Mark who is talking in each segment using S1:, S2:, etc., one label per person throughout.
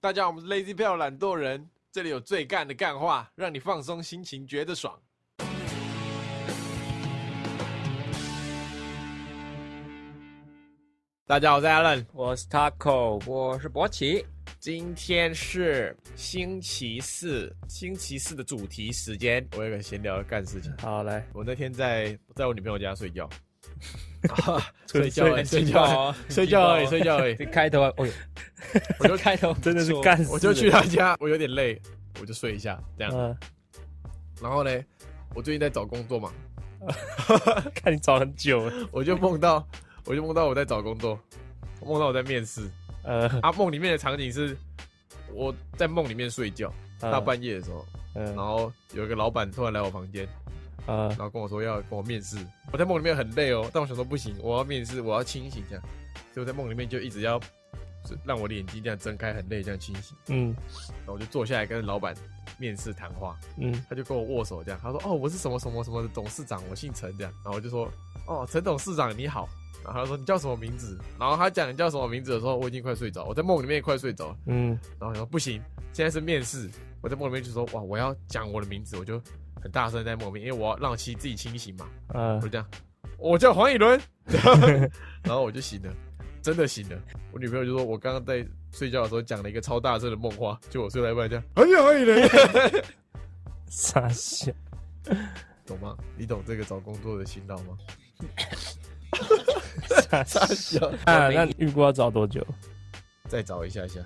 S1: 大家好，我们是 Lazy 票懒惰人，这里有最干的干话，让你放松心情，觉得爽。大家好，我是 Alan，
S2: 我是 Taco，我是博奇。
S1: 今天是星期四，星期四的主题时间，我有个闲聊的干事情。
S2: 好来，
S1: 我那天在在我女朋友家睡觉，
S2: 睡
S1: 睡觉而已 睡觉而
S2: 啊，
S1: 已，睡觉而已，睡
S2: 觉。
S1: 觉而已，
S2: 这开头
S3: 哎
S2: 啊，哦呦，
S1: 我就
S2: 开头
S3: 真的是
S2: 不错，
S3: 干死欸
S1: 我就去她家，我有点累，我就睡一下，这样。
S3: 嗯，
S1: 然后呢，我最近在找工作嘛，
S3: 嗯看你找很久了，
S1: 我就梦到，我就梦到我在找工作，梦到我在面试
S3: 呃，
S1: 啊。梦里面的场景是我在梦里面睡觉，
S3: 呃
S1: 大半夜嗯的时候，
S3: 嗯，
S1: 然后有一个老板突然来我房间，
S3: 呃
S1: 然，后跟我说要跟我面试。我在梦里面很累哦，但我想说不行，我要面试，我要清醒这样。所以我在梦里面就一直要就是让我的眼睛这样睁开，很累这样清醒。
S3: 嗯
S1: 然后我就坐下来跟老板面试谈话，
S3: 嗯，
S1: 他就跟我握手这样，他说哦我是什么什么什么的董事长，我姓陈这样，然后我就说哦陈董事长你好，然后他说你叫什么名字，然后他讲你叫什么名字的时候，我已经快睡着，我在梦里面也快睡着了，
S3: 嗯，
S1: 然后我说不行，现在是面试，我在梦里面就说哇我要讲我的名字，我就很大声在梦里面，因为我要让其自己清醒嘛，
S3: 呃
S1: 我就，这样，我叫黄以 伦，然后我就醒了，真的醒了，我女朋友就说我刚刚在睡觉的时候讲了一个超大声的梦话，就我睡到一半这样，哎呀黄以伦。
S3: 傻笑，
S1: 懂吗？你懂这个找工作的辛劳 吗？
S3: 傻笑啊！那你预估要找 多久？
S1: 再找一下下，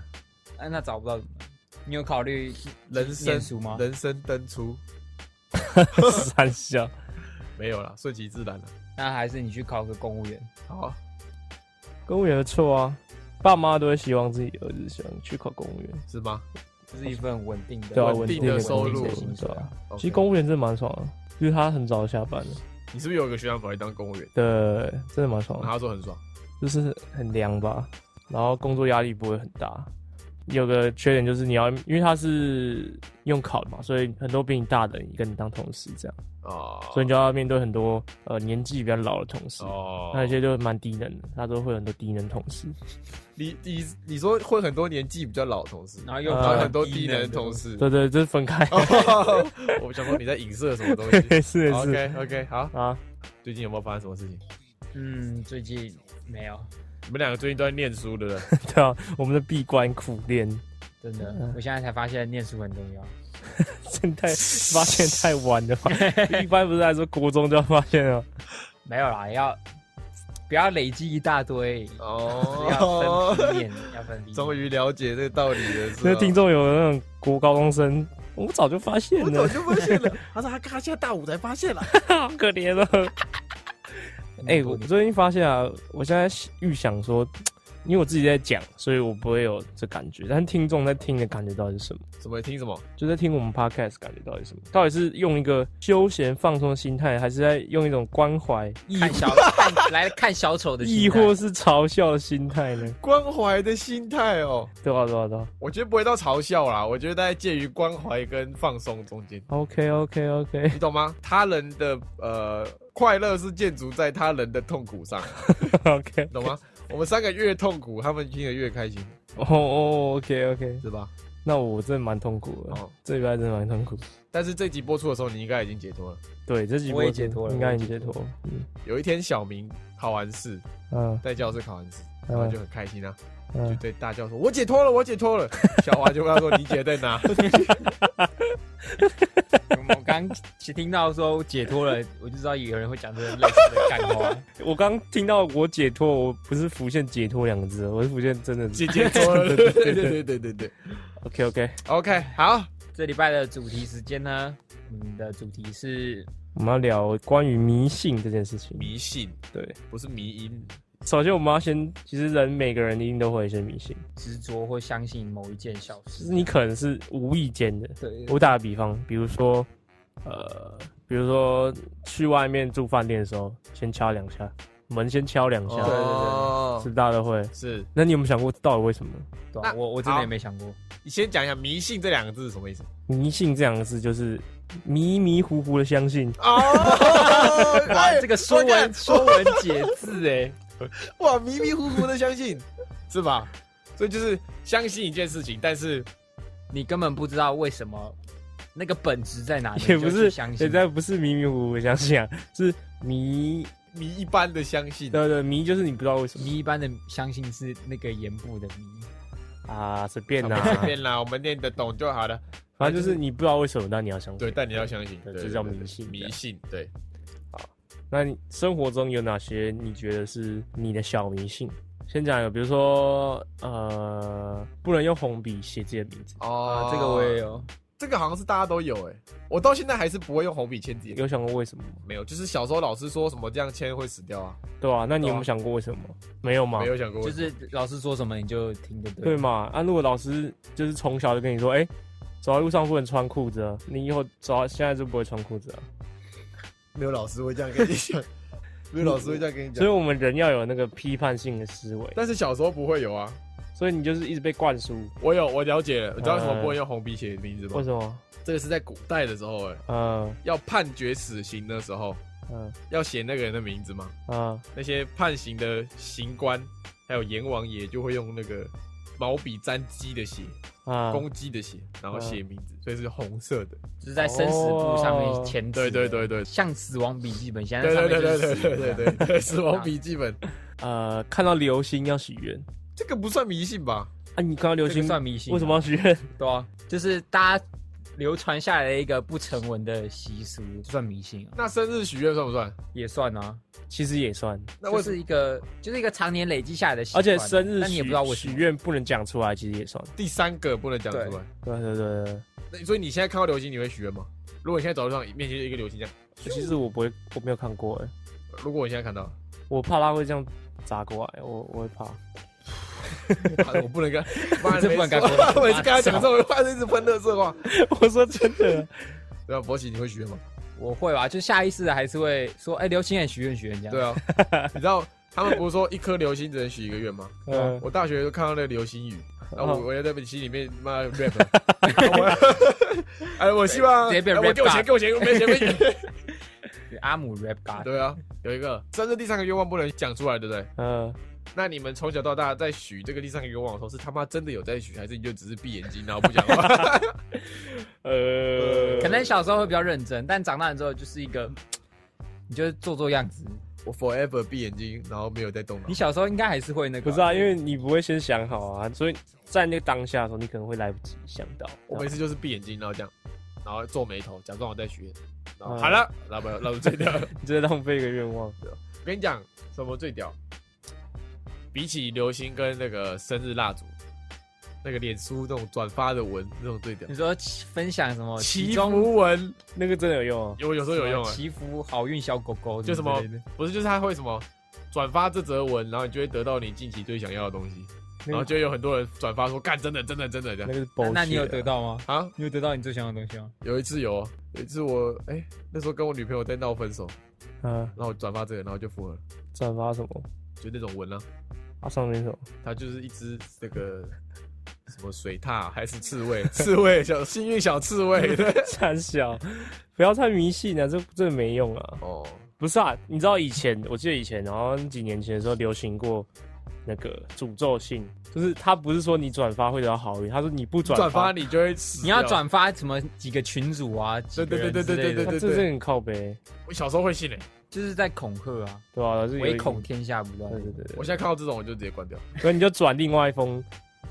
S2: 哎，那找不到怎么办？你有考虑
S1: 人生
S2: 念书吗？
S1: 人生登出
S3: 傻笑，
S1: 没有啦，顺其自然了。
S2: 那还是你去考个公务员？
S1: 好，啊
S3: 公务员不错啊，爸妈都会希望自己儿子想去考公务员，
S1: 是吗？
S2: 这是一份稳定的，
S3: 对啊，
S1: 稳定
S3: 的
S1: 的收
S3: 稳定
S1: 入
S3: 的薪水啊。
S1: OK
S3: 其实公务员真的蛮爽的，就是他很早下班的，
S1: 你是不是有一个学长跑去当公务员？
S3: 对，真的蛮爽的
S1: 然后，他说很爽，
S3: 就是很凉吧，然后工作压力不会很大。有个缺点就是你要，因为他是用考的嘛，所以很多比你大的人跟你当同事这样。
S1: 哦，
S3: 所以你就要面对很多呃年纪比较老的同事，
S1: 哦，
S3: 那有些就蛮低能的，他都会有很多低能同事。
S1: 嗯你你你说混很多年纪比较老的同事，
S2: 然后又
S3: 呃
S1: 然
S2: 考
S1: 后很多低能
S2: 能
S1: 同。事。
S3: 对对，这是分开，
S1: 哦， 我想说你在影射什么东西
S3: 是是
S1: ？OK OK，好，
S3: 啊，
S1: 最近有没有发生什么事情？
S2: 嗯，最近没有，
S1: 你们两个最近都在念书， 对不对？
S3: 对啊，我们的闭关苦练，
S2: 真的，
S3: 嗯
S2: 我现在才发现念书很重要。
S3: 真太发现太晚 了吧？一般不是来说国中就要发现了，
S2: 没有啦，要不要累积一大堆？要
S1: 哦，
S2: 分批念，要分批念。
S1: 终于了解这个道理了。是吧
S3: 那听众有那种国高中生，我早就发现
S1: 我早
S3: 了，
S1: 就发现了。他说他他现在大五才发现了。
S3: 好可怜了。 哎、
S2: 哎，
S3: 我
S2: 我
S3: 最近发现啊，我现在预想说，因为我自己在讲，所以我不会有这感觉，但听众在听的感觉到底是什么？
S1: 什么？听什么？
S3: 就在听我们 podcast，感觉到底是什么？到底是用一个休闲放松的心态，还是在用一种关怀，亦
S2: 看小看来看小丑的
S3: 亦
S2: 心态，
S3: 或是嘲笑的心态呢？
S1: 关怀的心态哦，
S3: 对啊，对啊，对啊。
S1: 我觉得不会到嘲笑啦，我觉得大概介于关怀跟放松中间，
S3: OK，OK，OK，、
S1: 你懂吗？他人的呃快乐是建筑在他人的痛苦上，
S3: OK，
S1: 懂吗？我们三个越痛苦，他们听得越开心，
S3: 哦哦，OK，OK。
S1: 是吧？
S3: 那我真的蛮痛苦的，
S1: 哦，
S3: 这礼拜真的蛮痛苦。
S1: 但是这集播出的时候，你应该已经解脱了。
S3: 对，这几
S2: 我也解脱了
S3: 应该已
S2: 我
S3: 经
S2: 也
S3: 解
S2: 解脱
S3: 脱了。嗯
S1: 有一天，小明考完试，
S3: 嗯
S1: 在教室考完试，然后就
S3: 嗯
S1: 很开心啊，就
S3: 嗯，
S1: 对大叫说：“我解脱了，我解脱了。”小华就问他说：“你姐在哪
S2: 我刚听到说解脱了，我就知道有人会讲这个类似的干话。
S3: 我刚听到我解脱，我不是浮现解脱两个字，我是浮现真的？”
S1: 姐解脱了，对对对对对对。
S3: OK OK，
S1: OK，好，
S2: 这礼拜的主题时间呢，我们的主题是
S3: 我们要聊关于迷信这件事情。
S2: 嗯
S1: 迷信
S3: 对，
S1: 不是迷因，
S3: 首先我们要先，其实人每个人一定都会有一些迷信，
S2: 执着或相信某一件小
S3: 就
S2: 事
S3: 是。你可能是无意间的。
S2: 对，
S3: 我打个比方，比如说，呃，比如说去外面住饭店的时候，先敲两下门，先敲两下，
S2: 哦对对对
S3: 是不是大家都会？
S1: 哦是
S3: 那你有没有想过，到底为什么
S2: 对
S1: 那
S2: 啊我我真的
S1: 好
S2: 也没想过。
S1: 你先讲一下“迷信”这两个字是什么意思？
S3: 迷信这两个字就是迷迷糊糊的相信？
S1: 哦，
S2: 哇，
S1: 哎
S2: 这个说文说文解字哎，
S1: 哇，迷迷糊糊的相信，是吧？所以就是相信一件事情，但是
S2: 你根本不知道为什么那个本质在哪里，
S3: 也不
S2: 你就是去相信
S3: 也。在不是迷迷糊糊相信啊，是迷，
S1: 你一般的相信，
S3: 对对迷就是你不知道为什么
S2: 迷一般的相信是那个言部的迷，
S3: 啊，随便啦、
S1: 随便啦，我们念得懂就好了。
S3: 反正就是你不知道为什么，但你要相信。
S1: 对，但你要相信，
S3: 对
S1: 对
S3: 这叫
S1: 对对
S3: 迷信
S1: 迷信，对，
S3: 那你生活中有哪些你觉得是你的小迷信？先讲一个，比如说呃，不能用红笔写自己的名字，
S1: 哦
S2: 啊，这个我也，有，
S1: 这个好像是大家都有哎、我到现在还是不会用红笔签字，
S3: 有想过为什么吗？
S1: 没有，就是小时候老师说什么这样签会死掉啊，
S3: 对啊，那你有没
S2: 对啊
S3: 有想过为什么？没有吗？
S1: 没有想过，
S2: 就是老师说什么你就听着
S3: 对
S2: 对。
S3: 嘛？啊，如果老师就是从小就跟你说，哎、走在路上不能穿裤子啊，你以后走到现在就不会穿裤子啊。
S1: 没有老师会这样跟你讲，没有老师会这样跟你
S3: 所以
S1: 讲，
S3: 我们人要有那个批判性的思维，
S1: 但是小时候不会有啊，
S3: 所以你就是一直被灌输。
S2: 嗯
S1: 我有，我了解了，你知道为什么不能用红笔写名字
S3: 为
S1: 吗？
S3: 什么？
S1: 这个是在古代的时候哎、
S3: 嗯
S1: 要判决死刑的时候
S3: 嗯
S1: 要写那个人的名字吗？
S3: 嗯，
S1: 那些判刑的刑官还有阎王爷就会用那个毛笔沾鸡的血。
S3: 啊！
S1: 公鸡的血，然后写名字，所以是红色的。
S2: 就是在生死簿上面签字、
S1: 对对对对
S2: 像死亡笔记本，现在
S1: 对
S2: 上
S1: 对对
S2: 面就
S1: 对
S2: 是死
S1: 对对对对对，死亡笔记本，
S3: 呃，看到流星要许愿
S1: 这个不算迷信吧？
S3: 啊！你看到流
S2: 这个
S3: 星
S2: 算迷信啊，
S3: 为什么要许愿？
S2: 对啊，就是大家流传下来的一个不成文的习俗，算迷信啊，
S1: 那生日许愿算不算？
S2: 也算啊。
S3: 其实也算，
S1: 那
S2: 就
S1: 为什
S2: 是
S1: 么
S2: 一个，就是一个常年累积下来的习
S3: 而
S2: 惯啊，
S3: 且生日
S2: 那你也不知道为什
S3: 许
S2: 么。
S3: 愿不能讲出来，其实也算。
S1: 第三个不能讲出
S2: 对
S1: 来？
S3: 对啊对对对，
S1: 那所以你现在看到流星，你会许愿吗？如果你现在走路上面前就一个流星这样，
S3: 其实我不会，我没有看过哎，
S1: 如果我现在看 到，
S3: 我怕它会这样砸过来，我我会怕。
S1: 啊我不能跟，妈
S2: 这不能跟他
S1: 我
S2: 说
S1: 每次跟他讲这种话，就一直喷乐色话。
S3: 我说真的，
S1: 对啊，博喜，你会许愿吗？
S2: 我会吧，就下意识的还是会说，哎、流星眼许愿许愿这样。
S1: 对啊，你知道他们不是说一颗流星只能许一个愿 吗？啊
S3: 嗯，
S1: 我大学就看到那个流星雨，
S2: 嗯
S1: 然后
S3: 哦
S1: 我我也在心里面妈 rap，然后 我哎，我希望
S2: 直接变
S1: 哎我
S2: rap
S1: 给我钱，
S2: god
S1: 给我钱，没钱没钱。
S2: 阿姆 rap god，
S1: 对啊，有一个生日第三个愿望不能讲出来，对不对？
S3: 嗯，
S1: 那你们从小到大在许这个第三个愿望的时候，是他妈真的有在许，还是你就只是闭眼睛然后不讲话？
S3: 呃
S2: 可能小时候会比较认真，但长大了之后就是一个，你就是做做样子。
S1: 我 forever 闭眼睛，然后没有在动脑
S2: 你。小时候应该还是会那个，
S3: 不是啊，因为你不会先想好啊，所以在那个当下的时候，你可能会来不及想到。
S1: 我每次就是闭眼睛，然后这样，然后皱眉头，假装我在许愿，然后
S3: 嗯
S1: 好了，然后把然后睡掉。
S3: 你这浪费一个愿望。
S1: 我跟你讲，什么最屌？比起流星跟那个生日蜡烛，那个脸书那种转发的文，那种最屌
S2: 你。说祈分享什么
S1: 祈
S2: 其中
S1: 福文
S3: 那个真的有用啊？
S1: 有有时候有用哎、
S2: 祈福好运小狗狗，
S1: 就什么
S2: 之类的
S1: 不是就是他会什么转发这则文，然后你就会得到你近期最想要的东西，然后就会有很多人转发说干真的真的真的这样
S3: 那个是
S2: 那
S3: bullshit 啊
S2: 那你有得？到吗？
S1: 啊。
S2: 你有得到你最想要的东西吗？
S1: 有一次有哦，有一次我哎、那时候跟我女朋友在闹分手，
S3: 嗯，
S1: 然后我转发这个，然后就复合了，
S3: 转发什么？
S1: 就那种文啊，
S3: 啊，上面什么？
S1: 它就是一只那个 什么水獭还是刺猬，刺猬小幸运小刺猬。
S3: 三小，不要太迷信了，这这没用啊。
S1: 哦，
S3: 不是啊，你知道以前，我记得以前，然后几年前的时候流行过那个诅咒信，就是他不是说你转发会得到好运，他说你不转
S1: 转
S3: 发
S1: 发，你就会死。
S2: 你要，转发什么几个群主啊？几个人
S1: 嗯对对对对
S2: 之类
S1: 对
S2: 的
S1: 对
S3: 那这是很靠背，
S1: 我小时候会信欸诶、
S2: 就是在恐吓啊，
S3: 对吧、啊？是有
S2: 唯恐，天下不
S3: 对
S2: 乱。
S3: 对对对
S1: 我现在看到这种我就直接关掉，
S3: 所以你就转另外一封，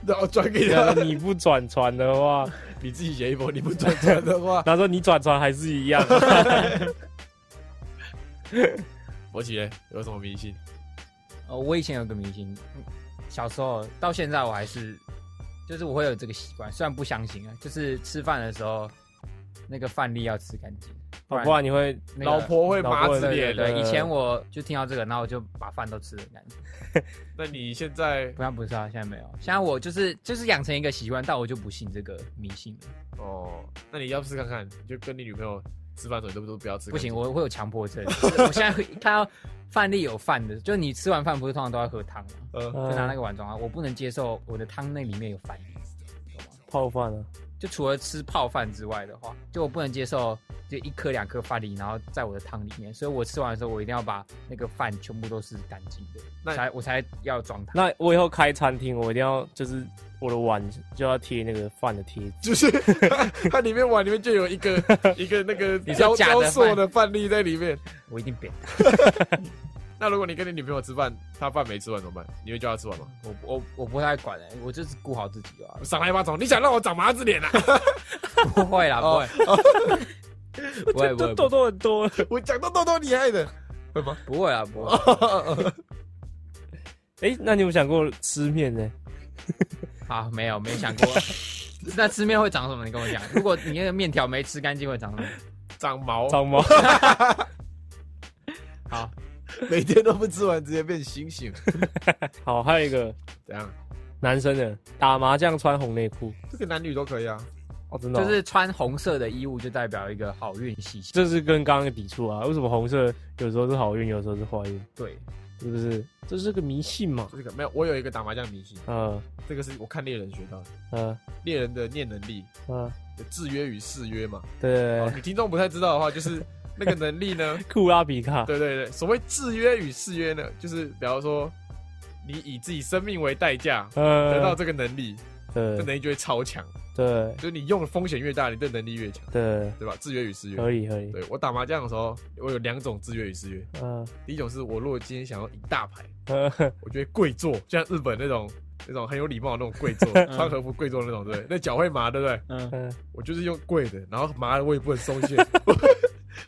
S1: 然后转给
S3: 然
S1: 他
S3: 后。 你啊不转传的话，
S1: 你自己写一封，你不转传的话
S3: ，他说你转传还是一样，啊
S1: 博奇嘞有什么迷信？
S2: 呃，我以前有个迷信，嗯小时候到现在我还是，就是我会有这个习惯，虽然不相信啊，就是吃饭的时候那个饭粒要吃干净，
S3: 哦不然你会
S2: 那个
S1: 老婆会麻
S3: 老
S1: 子
S3: 婆
S2: 对对
S1: 脸。
S2: 对，
S3: 呃
S2: 以前我就听到这个，然后我就把饭都吃的干净。
S1: 那你现在
S2: 不然不是啊，现在没有。现在我就是就是养成一个习惯，但我就不信这个迷信了。
S1: 哦，那你要不试看看，你就跟你女朋友吃饭的时候，你都不要吃。
S2: 不行，我会有强迫 症。就是我现在会看到饭粒有饭的，就你吃完饭不是通常都要喝汤吗？
S1: 呃，
S2: 就拿那
S3: 嗯
S2: 个碗装啊，我不能接受我的汤那里面有饭粒，懂吗？
S3: 泡饭啊，
S2: 就除了吃泡饭之外的话，就我不能接受就一颗两颗饭粒，然后在我的汤里面，所以我吃完的时候，我一定要把那个饭全部都是干净的，
S1: 那
S2: 才我才要装它。
S3: 那我以后开餐厅，我一定要就是我的碗就要贴那个饭的贴纸。
S1: 就是它里面碗里面就有一个一个那个
S2: 你
S1: 雕
S2: 说假的
S1: 雕塑
S2: 饭
S1: 的饭粒在里面。
S2: 我一定扁他。
S1: 那如果你跟你女朋友吃饭，她饭没吃完怎么办？你会叫她吃完吗？
S2: 我我我不太管、欸，我就是顾好自己就好了
S1: 我赏她一巴掌！你想让我长麻子脸啊？
S2: 不会啦， 不会，哦不会
S3: 这
S2: 不会
S3: 痘痘很多了，
S1: 我讲到多多厉害的，会吗？
S2: 不会啊，不会。
S3: 哎、那你有没有想过吃面 呢？
S2: 啊，没有，没想过。那吃面会长什么？你跟我讲，如果你那个面条没吃干净会长什么？
S1: 长毛，
S3: 长毛，
S2: 好，
S1: 每天都不吃完，直接变猩猩。
S3: 好，还有一个
S1: 怎样？
S3: 男生的打麻将穿红内裤，
S1: 这个男女都可以啊。
S3: 哦，真的哦、
S2: 就是穿红色的衣物就代表一个好运气息。
S3: 这是跟刚刚的抵触啊。为什么红色有时候是好运，有时候是坏运？
S2: 对，
S3: 是不是？这是个迷信嘛？
S1: 这个没有，我有一个打麻将迷信，
S3: 呃
S1: 这个是我看猎人学到的。
S3: 呃
S1: 猎人的念能力，
S3: 呃，
S1: 有制约与誓约嘛。
S3: 对对
S1: 哦
S3: 对，
S1: 你听众不太知道的话， 就是那个能力呢，
S3: 库拉比卡，
S1: 对对对，所谓制约与誓约呢，就是比方说，你以自己生命为代价得到
S3: 呃，
S1: 这个能力，这
S3: 对
S1: 能力就会超强。
S3: 对
S1: 就是你用的风险越大，你对能力越强，
S3: 对，
S1: 对吧？制约与誓约。
S3: 可以可以，
S1: 对我打麻将的时候，我有两种制约与誓约。
S3: 嗯
S1: 第一种是我如果今天想要赢大牌，
S3: 呃，
S1: 我觉得跪坐，就像日本那种那种很有礼貌的那种跪 坐，穿和服跪坐那种，对不对？那脚会麻，对不对？啊
S2: 嗯，
S3: 嗯
S1: 我就是用跪的，然后麻我也不能松 懈，我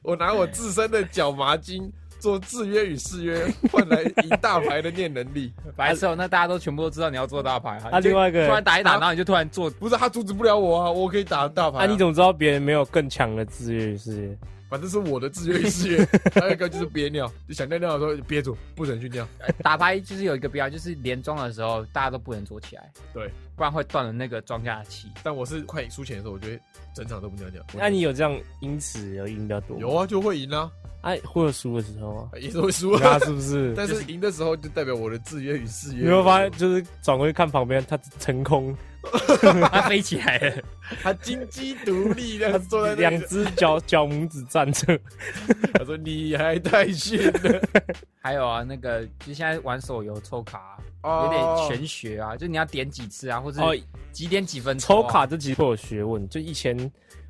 S1: 我拿我自身的脚麻筋做制约与誓约，换来一大牌的念能力。
S2: 白痴哦，那大家都全部都知道你要做大牌啊。
S3: 啊
S2: 你就
S3: 另外一个
S2: 突然打一
S1: 啊
S2: 打，然后你就突然做，
S1: 不是他阻止不了我啊，我可以打大牌、
S3: 啊，你怎么知道别人没有更强的制约与事业？
S1: 反正是我的制约与誓约。还有一个就是憋尿，就想尿尿的时候憋住，不准去尿。
S2: 呃打牌就是有一个必要，就是连庄的时候大家都不能坐起来，
S1: 对，
S2: 不然会断了那个庄家的气。
S1: 但我是快输钱的时候，我觉得整场都不尿尿。
S3: 那啊你有这样因此有赢比较多？
S1: 有啊，就会赢啊，
S3: 哎，或者输的时候啊，
S1: 也是会输啊。
S3: 那是不是？
S1: 但是赢的时候就代表我的制约与誓约。
S3: 你会发现，就是转过去看旁边，他成功，
S2: 它飞起来了，
S1: 他金鸡独立，这
S3: 他
S1: 样坐在那
S3: 两
S1: 里，
S3: 只脚脚拇指站 着，
S1: 他说你还太逊 了，
S2: 还有啊，那个就现在玩手游抽卡啊、有
S1: 哦
S2: 点玄学啊，就你要点几次啊，或者
S3: 哦，
S2: 几点几分
S3: 抽
S2: 啊
S3: 卡这其实会有学问。就以前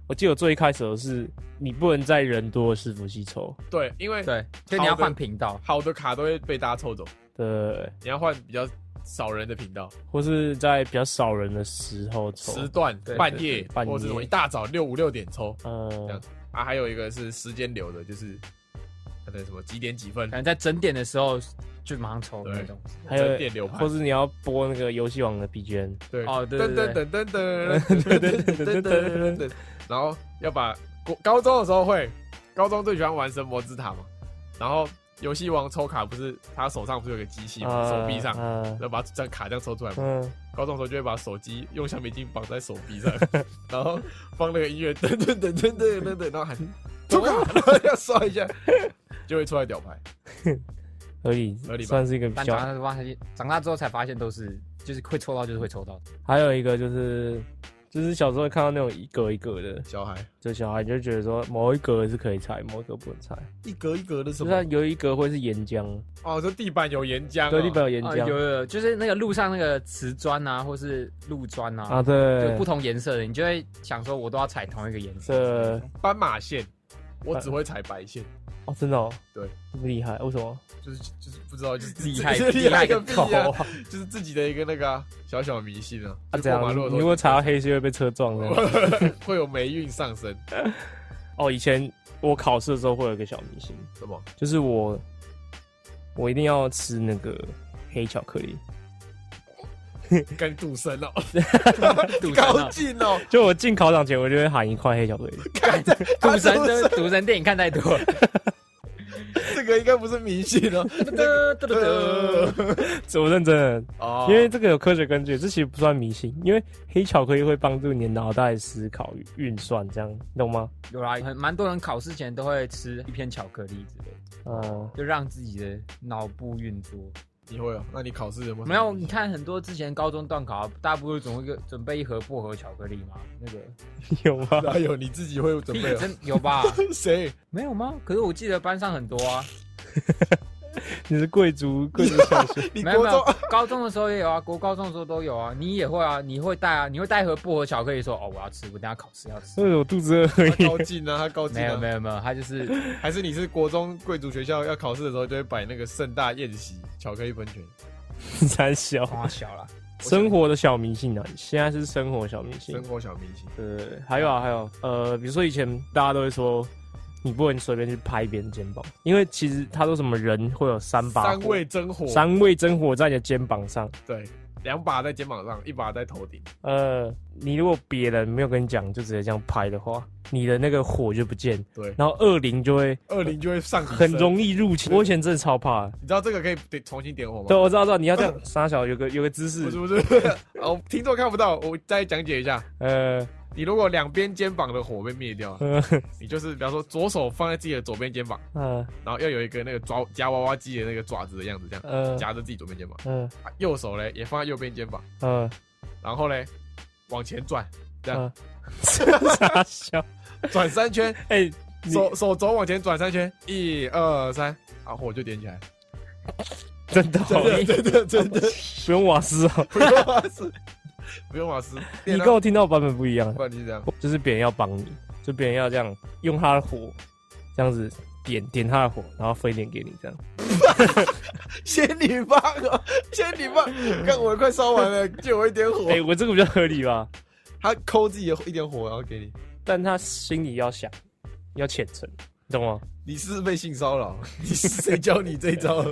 S3: 我记得我最一开始的是，你不能在人多的伺服器抽，
S1: 对，因为
S2: 对，所以你要
S1: 好的
S2: 换频道，
S1: 好的卡都会被大家抽走，
S3: 对，
S1: 你要换比较少人的频道、
S3: 或是在比较少人的时候抽，
S1: 时段、
S2: 对
S1: 半夜
S3: 对半夜
S1: 或者是什么一大早六五六点抽这
S3: 呃
S1: 样，啊，还有一个是时间流的，就是可能什么几点几分
S2: 可，能在整点的时候就马上抽
S1: 对
S2: 那种。
S3: 还
S1: 整点流
S3: 有
S1: 派
S3: 或是你要播那个游戏王的 BGM，
S1: 对，
S2: 哦对对
S1: 噔噔噔
S2: 对
S1: 噔噔噔噔噔噔噔，然后要把国高中的时候会，高中最喜欢玩神魔之塔嘛，然后游戏王抽卡不是他手上不是有个机器嘛，
S3: 呃
S1: 手臂上。
S3: 呃
S1: 要把这样卡这样抽出来嘛，
S3: 嗯，
S1: 高中的时候就会把手机用橡皮筋绑在手臂上， 然后放那个音乐，噔噔噔噔噔噔噔，然后喊抽卡，然后要刷一下，就会出来屌牌。
S3: 合理
S1: 合理吧
S3: 算是一个比
S2: 但
S3: 较
S2: 长大之后发现，长大之后才发现都是就是会抽到，就是会抽到。
S3: 还有一个就是，就是小时候看到那种一格一格的，
S1: 小孩
S3: 就小孩就觉得说某一格是可以拆，某一格不能拆，
S1: 一格一格的什
S3: 就
S1: 么
S3: 是？它有一格会是岩浆，
S1: 哦，这地板有岩浆、哦，
S3: 对，地板有岩
S2: 啊，
S3: 浆、
S2: 有有有，就是那个路上那个瓷砖啊，或是路砖啊，
S3: 啊，
S2: 就
S3: 对
S2: 不，同颜色的，你就会想说，我都要踩同一个颜色
S3: 这。
S1: 斑马线，我只会踩白线，
S3: 哦，真的哦，
S1: 对，
S3: 这么厉害，为什么？
S1: 就是就是不知道，就是
S2: 厉害
S1: 厉
S2: 厉
S1: 害
S2: 害
S1: 个
S2: 个
S1: 屁
S2: 头
S1: 啊！
S2: 啊！
S1: 就是自己的一个那个啊、小小迷信啊。
S3: 啊，
S1: 就
S3: 这
S1: 过马
S3: 样
S1: 路的时
S3: 你
S1: 候
S3: 如果踩到黑是会被车撞的。
S1: 会有霉运上升，
S3: 哦，以前我考试的时候会有一个小迷信，
S1: 什么？
S3: 就是我我一定要吃那个黑巧克力，
S1: 跟赌神哦，
S2: 赌神
S1: 高
S2: 啊，
S1: 进哦，
S3: 就我进考场前我就会喊一块黑巧克力。
S1: 看这
S2: 赌神
S1: 他是不
S2: 的
S1: 是
S2: 赌神电影看太 多了。
S1: 这个应该不是迷信 哦。呃
S2: 得得得得
S3: 这我认真的，
S1: 哦，
S3: 因为这个有科学根据，这其实不算迷信，因为黑巧克力会帮助你的脑袋思考、运算，这样你懂吗？
S2: 有啦，很蛮多人考试前都会吃一片巧克力之类的，
S3: 嗯，
S2: 就让自己的脑部运作。
S1: 你会哦？那你考试有没有？
S2: 没有，你看，很多之前高中段考，啊大部分总会个准备一盒薄荷巧克力嘛，那个
S3: 有吗？
S1: 哪有哎你自己会准备哦？
S2: 真有吧？
S1: 谁？
S2: 没有吗？可是我记得班上很多啊，
S3: 你是贵族贵族小 学
S1: 你
S2: 没
S1: 国
S2: 有没
S1: 中
S2: 有，高中的时候也有啊，国高中的时候都有啊，你也会啊，你会带啊，你会带一盒薄荷巧克力说哦，我要吃，我等下考试要吃。
S1: 嗯
S3: 为什么肚子饿而
S1: 他
S3: 已？
S1: 高进啊，他高进
S2: 没有
S1: 啊
S2: 没，有没有，他 就是
S1: 还是你是国中贵族学校要考试的时候就会摆那个盛大宴席巧克力喷泉？
S3: 三小
S2: 花小了，
S3: 生活的小迷信啊，现在是生活小迷信
S1: 生。活小明星，
S3: 呃，还有啊，还有呃，比如说以前大家都会说，你不能随便去拍别人肩膀，因为其实他说什么人会有三把
S1: 三
S3: 火
S1: 味真火，
S3: 三味真火在你的肩膀上。
S1: 对，两把在肩膀上，一把在头顶。
S3: 呃，你如果别人没有跟你讲，就直接这样拍的话，你的那个火就不见，
S1: 对，
S3: 然后恶灵就会
S1: 二零就会上你身
S3: 很容易入侵。我以前真的超怕的，
S1: 你知道这个可以点重新点火吗？
S3: 对，我知道，知道，你要这样傻小，有个有个姿
S1: 不是
S3: 势，
S1: 不是，哦，听众看不到，我再讲解一下。
S3: 呃，
S1: 你如果两边肩膀的火被灭掉，
S3: 呃，
S1: 你就是比方说左手放在自己的左边肩膀，
S3: 呃，
S1: 然后要有一个那个抓夹娃娃机的那个爪子的样子，这样
S3: 呃，
S1: 夹着自己左边肩膀，
S3: 呃，
S1: 啊右手嘞也放在右边肩膀，
S3: 呃，
S1: 然后嘞往前转，这样
S3: 呃，傻小，
S1: 转三圈，
S3: 哎， 你
S1: 手手肘往前转三圈，一二三，啊火就点起 来，
S3: 真的好，
S1: 真的真的，
S3: 不用瓦斯哦，
S1: 不用瓦斯，不用瓦斯，
S3: 你跟我听到的版本不一样
S1: 不，然就是这样，
S3: 就是别人要帮你，就别人要这样用他的火，这样子点点他的火，然后分一点给你这样。
S1: 仙女棒
S3: 啊
S1: 哦，仙女棒，看我快烧完 了，借我一点火
S3: 哎、，我这个比较合理吧？
S1: 他抠自己的一点火，然后给你，
S3: 但他心里要想，要虔诚，你懂吗？
S1: 你是不是被性骚扰， 你是谁教你这一 招？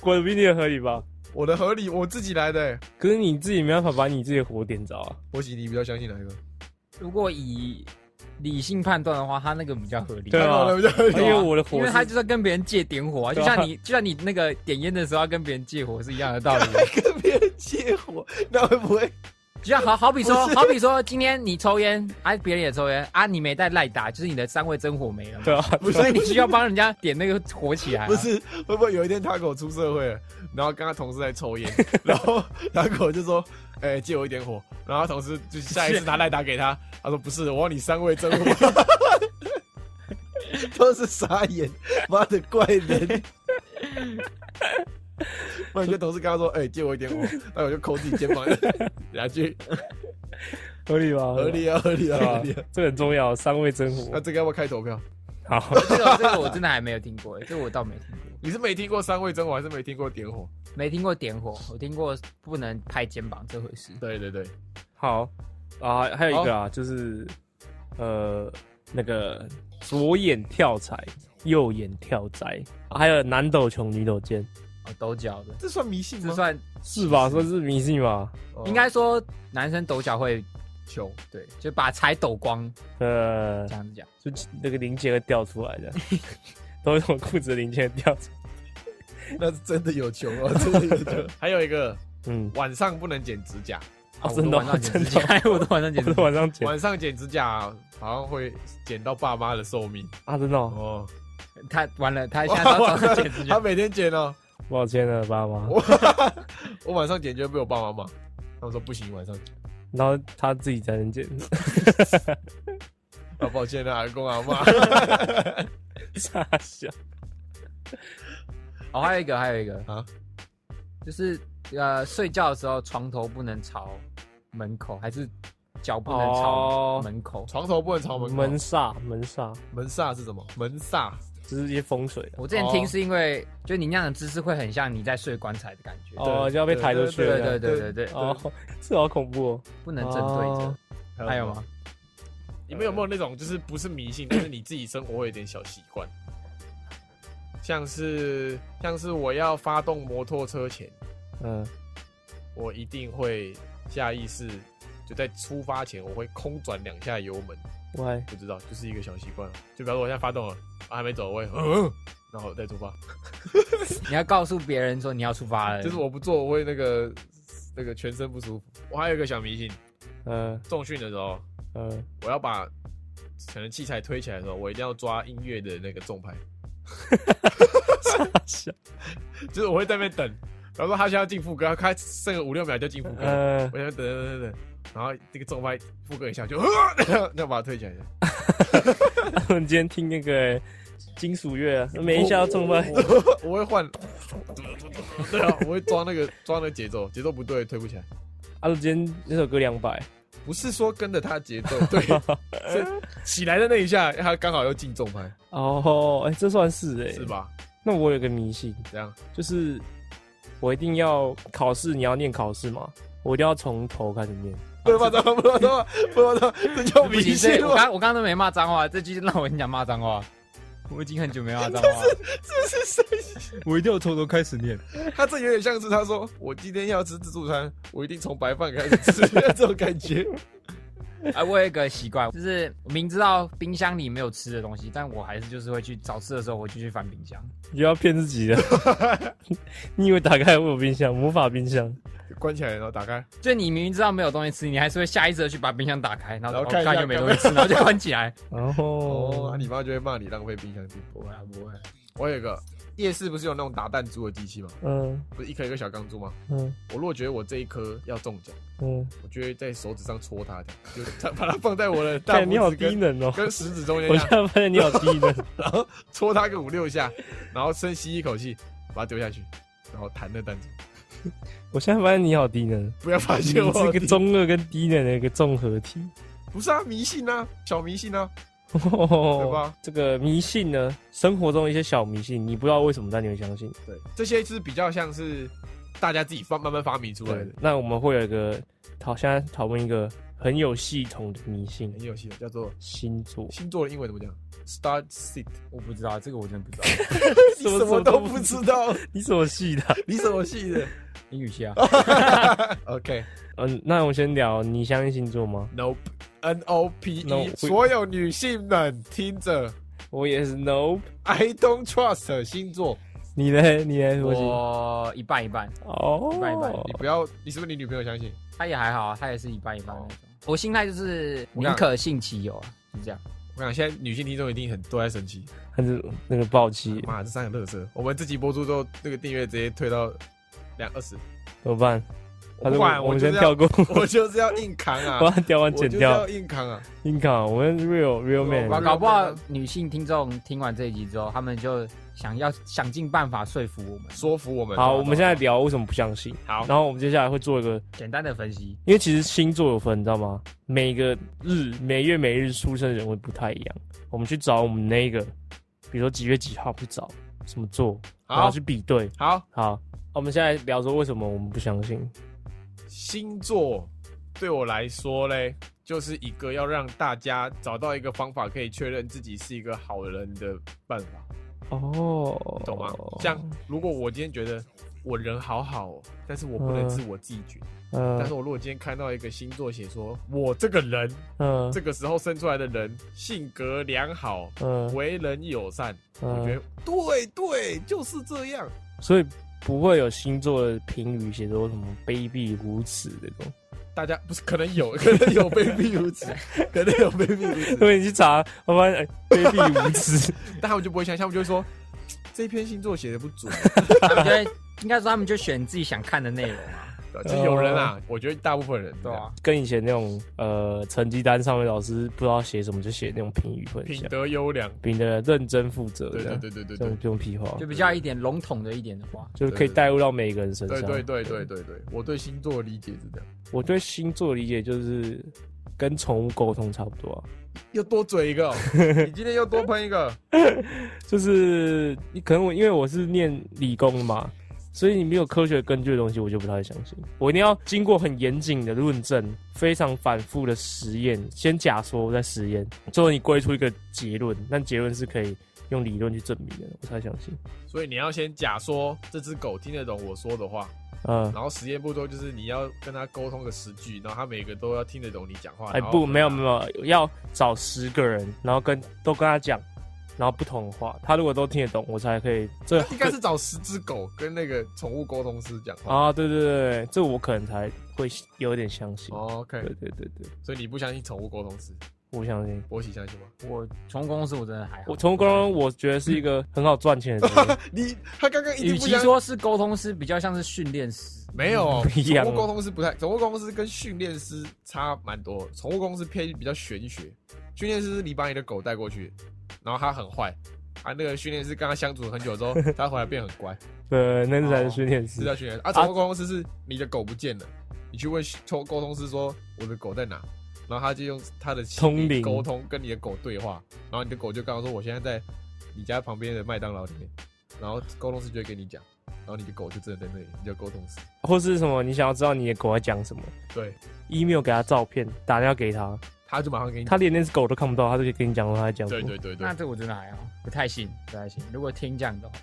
S3: 我的比你的合理吧？
S1: 我的合理我自己来的、欸，
S3: 可是你自己没办法把你自己的火点着啊。
S1: 我喜你比较相信哪一个？
S2: 如果以理性判断的话，他那个比较合理。
S3: 对啊
S1: 我的比较合
S3: 因
S1: 理。
S3: 为我的
S2: 因
S3: 火
S2: 为
S3: 是
S2: 他就是要跟别人借点火、啊，就
S3: 对啊
S2: 像你就像你那个点烟的时候要跟别人借火是一样 的道理。
S1: 跟别人借火， 那会不会？
S2: 就像好好比说
S1: 不，
S2: 好比说今天你抽烟，啊，别人也抽烟，啊，你没带赖打，就是你的三味真火没了嘛，
S3: 对啊，
S1: 不是
S2: 所以你需要帮人家点那个火起来、啊。
S1: 不是，会不会有一天他狗出社会了，然后跟他同事在抽烟， 然后他狗就说：“哎、借我一点火。”然后他同事就下一次拿赖打给他，他说：“不是，我要你三味真火。” 都是傻眼，妈的怪人。不然就同事跟他说：“哎、借我一点火。”那我就抠自己肩膀， 然后去
S3: 合理吧？
S1: 合理啊，合理啊，
S3: 对吧、
S1: 合理啊。
S3: 这个很重要，三味真
S1: 那
S3: 火。
S1: 这个要不要开投票？
S3: 好，
S2: 这个这个我真的还没有听过，这个我倒没听过，
S1: 你是没听过三味真火，还是没听过点火？
S2: 没听过点火，我听过不能拍肩膀这回事。
S3: 嗯
S1: 对对对，
S3: 好啊，还有一个啊，就是呃，那个左眼跳财，右眼跳宅，还有男抖穷，女抖贱，
S2: 哦，抖脚的，
S1: 这算迷信
S2: 这
S1: 吗？
S2: 算
S3: 是吧？算是迷信吧？
S1: 哦
S2: 应该说男生抖脚会
S1: 穷。
S2: 对，就把财抖光
S3: 呃
S2: 这，样子讲。
S3: 就那个零钱会掉出 来的，都会从裤子的零钱掉出来。
S1: 那是真的有穷啊，真的有穷。还有一个
S3: 嗯，
S1: 晚上不能剪指甲，
S3: 哦
S2: 啊
S3: 真的哦
S2: 我都晚上剪指
S3: 真
S2: 甲， 我都晚上
S3: 我
S2: 剪指
S3: 是
S2: 甲。
S3: 晚上捡
S1: 晚上剪指甲、好像会剪到爸妈的寿命
S3: 啊，真的、哦，
S1: 哦。
S2: 他完了，他现在要早上剪指
S1: 他
S2: 甲。
S1: 每天剪哦，
S3: 抱歉了爸妈。
S1: 我晚上剪就会被我爸妈骂。他们说不行，晚上剪。
S3: 然后他自己才能 捡，
S1: 啊，抱歉啊，阿公阿妈。
S3: 傻笑。
S2: 哦，还有一个，还有一个
S1: 啊，
S2: 就是呃，睡觉的时候床头不能朝门口，还是脚不能
S3: 哦
S2: 朝门口。
S1: 床头不能朝门口
S3: 门煞，门煞
S1: 门煞是什么？门煞
S3: 就是一些风水啊
S2: 我之前
S1: 哦
S2: 听是因为，就你那样的姿势会很像你在睡棺材的感觉。
S3: 哦，就要被抬出去
S1: 对
S2: 对
S3: 了。
S2: 对对对对，
S3: 哦， 这好恐怖哦。
S2: 不能正对着
S3: 哦。
S2: 还有吗？？
S1: 你们有没有那种就是不是迷信，但是你自己生活会有点小习惯？像是像是我要发动摩托车前，
S3: 嗯，
S1: 我一定会下意识就在出发前，我会空转两下油门，
S3: 喂，
S1: 不知道，就是一个小习惯。就比方说我现在发动了，啊、还没走，我会嗯，然后再出发。
S2: 你要告诉别人说你要出发了。
S1: 就是我不做，我会那个那个全身不舒服。我还有一个小迷信，
S3: 呃
S1: 重训的时候，
S3: 呃，
S1: 我要把可能器材推起来的时候，我一定要抓音乐的那个重拍。就是我会在那边等，然后说他现在要进副歌，他开剩个五六秒就进副歌，
S3: 呃
S1: 我，在那边等等等等等，然后这个重拍副歌一下就，呃那把它推起来，
S3: 我们今天听那个欸金属乐啊，每一下要重拍，
S1: 我会换，对啊，我会抓那个抓那个节奏，节奏不对推不起来，
S3: 啊，我今天那首歌两百，
S1: 不是说跟着他节奏，对，是起来的那一下，他刚好又进重拍，
S3: 哦，哎，这算是哎，
S1: 是？吧？
S3: 那我有个迷信，
S1: 这样，
S3: 就是我一定要考试，你要念考试嘛，我一定要从头开始念。
S1: 不要脏，不要脏，不要脏，这叫迷
S2: 不行，
S1: 信
S2: 这我
S1: 吗？
S2: 刚我刚刚都没骂脏话，这句让我很想骂脏话。 我已经很久没骂脏话了，
S1: 这是谁？
S2: 我一定要从头 开始念。
S1: 他这有点像是他说：“我今天要吃自助餐，我一定从白饭开始吃。”这种感觉。
S2: 哎，我有一个习惯，就是我明知道冰箱里没有吃的东西，但我还是就是会去找吃的时候，我就去翻冰箱。
S3: 你就要骗自己了，
S1: 啊
S3: 你以为打开会有冰箱？魔法冰箱，
S1: 关起来，然后打开，
S2: 就你明明知道没有东西吃，你还是会下意识的去把冰箱打开，然后
S1: 然
S2: 哦
S1: 后看一下
S2: 看有没有东西吃， 然后就关起来。
S3: 然
S1: 哦，
S3: 后
S1: 啊你妈就会骂你浪费冰箱机。
S2: 不会啊，不会。
S1: 我有一个夜市，不是有那种打弹珠的机器吗？
S3: 嗯
S1: 不是一颗一颗小钢珠吗？
S3: 嗯
S1: 我若觉得我这一颗要中奖，
S3: 嗯，
S1: 我就会在手指上戳它，这样就把它放在我的 大
S3: 看哎你
S1: 拇
S3: 好
S1: 指
S3: 低
S1: 跟
S3: 能哦！
S1: 跟食指中间
S3: 我
S1: 这
S3: 现
S1: 样，
S3: 在发现你好低能，
S1: 然后戳它个五六下，然后深吸一口气，把它丢下去，然后弹那弹珠。
S3: 我现在发现你好低能，
S1: 不要发
S3: 你
S1: 现我
S3: 是个中二跟低能的一个综合体，
S1: 不是啊，迷信啊，小迷信啊，
S3: 对
S1: 吧？
S3: 这个迷信呢，生活中一些小迷信，你不知道为什么，但你会相信。
S1: 对，这些是比较像是大家自己发慢慢发明出来
S3: 对
S1: 的，，
S3: 那我们会有一个讨，现在讨论一个很有系统的迷信
S1: 很，有趣的，啊叫做
S3: 星座。
S1: 星座的英文怎么讲？Star Seed，
S2: 我不知道这个，我真的不知道。
S1: 你什么都不知道，
S3: 你什么系的啊？
S1: 你什么系的
S2: 英语 系啊，
S1: ？OK，Nope，N
S3: 嗯，那我们先聊，你相信星座吗？
S1: O P E，
S3: No，
S1: 所有女性们听着
S3: 我也是 nope。
S1: ，I don't trust 星座，
S3: 你嘞？你嘞？我
S2: 我一半一半，
S3: 哦，
S2: 拜拜
S1: 你不要，你是不是你女朋友相信？
S2: 他也还好啊，他也是一半一半那
S1: 哦
S2: 种。我心态就是
S1: 我
S2: 宁
S1: 想
S2: 可信其有啊，是这样。
S1: 我跟你讲，现在女性听众一定很都在生气，
S3: 他是那个暴气，
S1: 妈，这三个乐色，我们自己播出之后，那个订阅直接退到两二十，
S3: 怎么办？
S1: 我
S3: 还
S1: 不
S3: 是
S1: 管，
S3: 我
S1: 我
S3: 们
S1: 就
S3: 先
S1: 是
S3: 跳
S1: 要，
S3: 过，
S1: 我就是要硬扛啊
S3: 把，它掉完
S1: 我
S3: 剪
S1: 就是
S3: 掉
S1: 要。硬扛啊。
S3: 硬扛，我们 real real
S1: 我
S3: man。
S1: 把
S2: 搞不好女性听众听完这一集之后，他们就想要想尽办法说服我们。
S1: 说服我们。
S3: 好，我们现在聊为什么不相信。
S1: 好
S3: 然后我们接下来会做一个，
S2: 简单的分析，
S3: 因为其实星座有分，你知道吗？每个日、每月、每日出生的人会不太一样。我们去找我们那个，比如说几月几号去找什么座，然后
S1: 好
S3: 去比对。
S1: 好
S3: 好，我们现在聊说为什么我们不相信。
S1: 星座对我来说嘞，就是一个要让大家找到一个方法可以确认自己是一个好人的办法，
S3: 哦，
S1: 懂吗？像如果我今天觉得我人好好、哦，但是我不能
S3: 嗯
S1: 是我自己觉得。
S3: 嗯
S1: 但是我如果今天看到一个星座写说我这个人
S3: 嗯
S1: 这个时候生出来的人性格良好，
S3: 嗯
S1: 为人友善，我觉
S3: 嗯，
S1: 得对对就是这样。
S3: 所以不会有星座的评语写说什么卑鄙无耻这种。
S1: 大家不是可能有，可能有卑鄙如此，可能有卑鄙如此
S3: 因，为你去查，我发现哎卑鄙无耻。
S1: 但他们就不会相信，他们就会说这篇星座写的不准。
S3: 哦
S2: 我觉得应该说他们就选自己想看的内容 啊，
S1: 对就是有人啊，我觉得大部分人
S2: 对啊，
S3: 跟以前那种呃成绩单上面老师不知道写什么就写那种评语会很
S1: 品
S3: 像，
S1: 德优良，
S3: 凭的认真负责
S1: 对
S3: 这
S1: 对
S3: 样，
S1: 对对对
S3: 这
S1: 对
S3: 种这种屁话
S2: 就，比较一点笼统的一点的话，
S3: 就是可以带入到每个人身上。
S1: 对对对对对对，我对星座的理解是这样，
S3: 我对星座的理解就是跟宠物沟通差不多啊，
S1: 又多嘴一个 哦，你今天又多喷一个，
S3: 就是你可能我因为我是念理工的嘛，所以你没有科学根据的东西，我就不太相信。我一定要经过很严谨的论证，非常反复的实验，先假说再实验，最后你归出一个结论，但结论是可以用理论去证明的，我才相信。
S1: 所以你要先假说这只狗听得懂我说的话，
S3: 嗯，
S1: 然后实验步骤就是你要跟它沟通个十句，然后它每个都要听得懂你讲话。
S3: 哎、
S1: 然后
S3: 不，没有没有，要找十个人，然后跟都跟他讲，然后不同的话，他如果都听得懂，我才可以这
S1: 应该是找十只狗跟那个宠物沟通师讲话。
S3: 啊，对对对，这我可能才会有点相信。
S1: 哦 OK，
S3: 对对对对。
S1: 所以你不相信宠物沟通师？
S3: 我相信。
S1: 我一起相信吗？
S2: 我从公司我真的还好，
S3: 我从刚刚我觉得是一个很好赚钱的职 业，
S1: 你他刚刚一定
S2: 与
S1: 不
S2: 其
S1: 相
S2: 说是沟通师，比较像是训练师。
S1: 没有，哦
S3: 不一样哦
S1: 宠物沟通师不太，宠物沟通师跟训练师差蛮多。宠物沟通师偏比较玄学，训练师是你把你的狗带过去，然后它很坏，啊，那个训练师跟它相处很久 之后，它回来变很乖，
S3: 对，那才是训练
S1: 是
S3: 师。
S1: 叫训练师。啊，宠物沟通师是你的狗不见了，你去问沟沟通师说我的狗在哪，然后他就用他的心理
S3: 通灵
S1: 沟通跟你的狗对话，然后你的狗就刚刚说我现在在你家旁边的麦当劳里面，然后沟通师就会跟你讲，然后你的狗就真的在那里，你叫沟通师。
S3: 或是什么，你想要知道你的狗在讲什么
S1: 对，
S3: ，email 给他照片，打电话给他，
S1: 他就马上给你。
S3: 他连那只狗都看不到，他就可以跟你讲说他在讲什
S1: 对
S3: 么。
S1: 对对对
S2: 那，这我真的还好，不太信，不太信。如果听这样的话，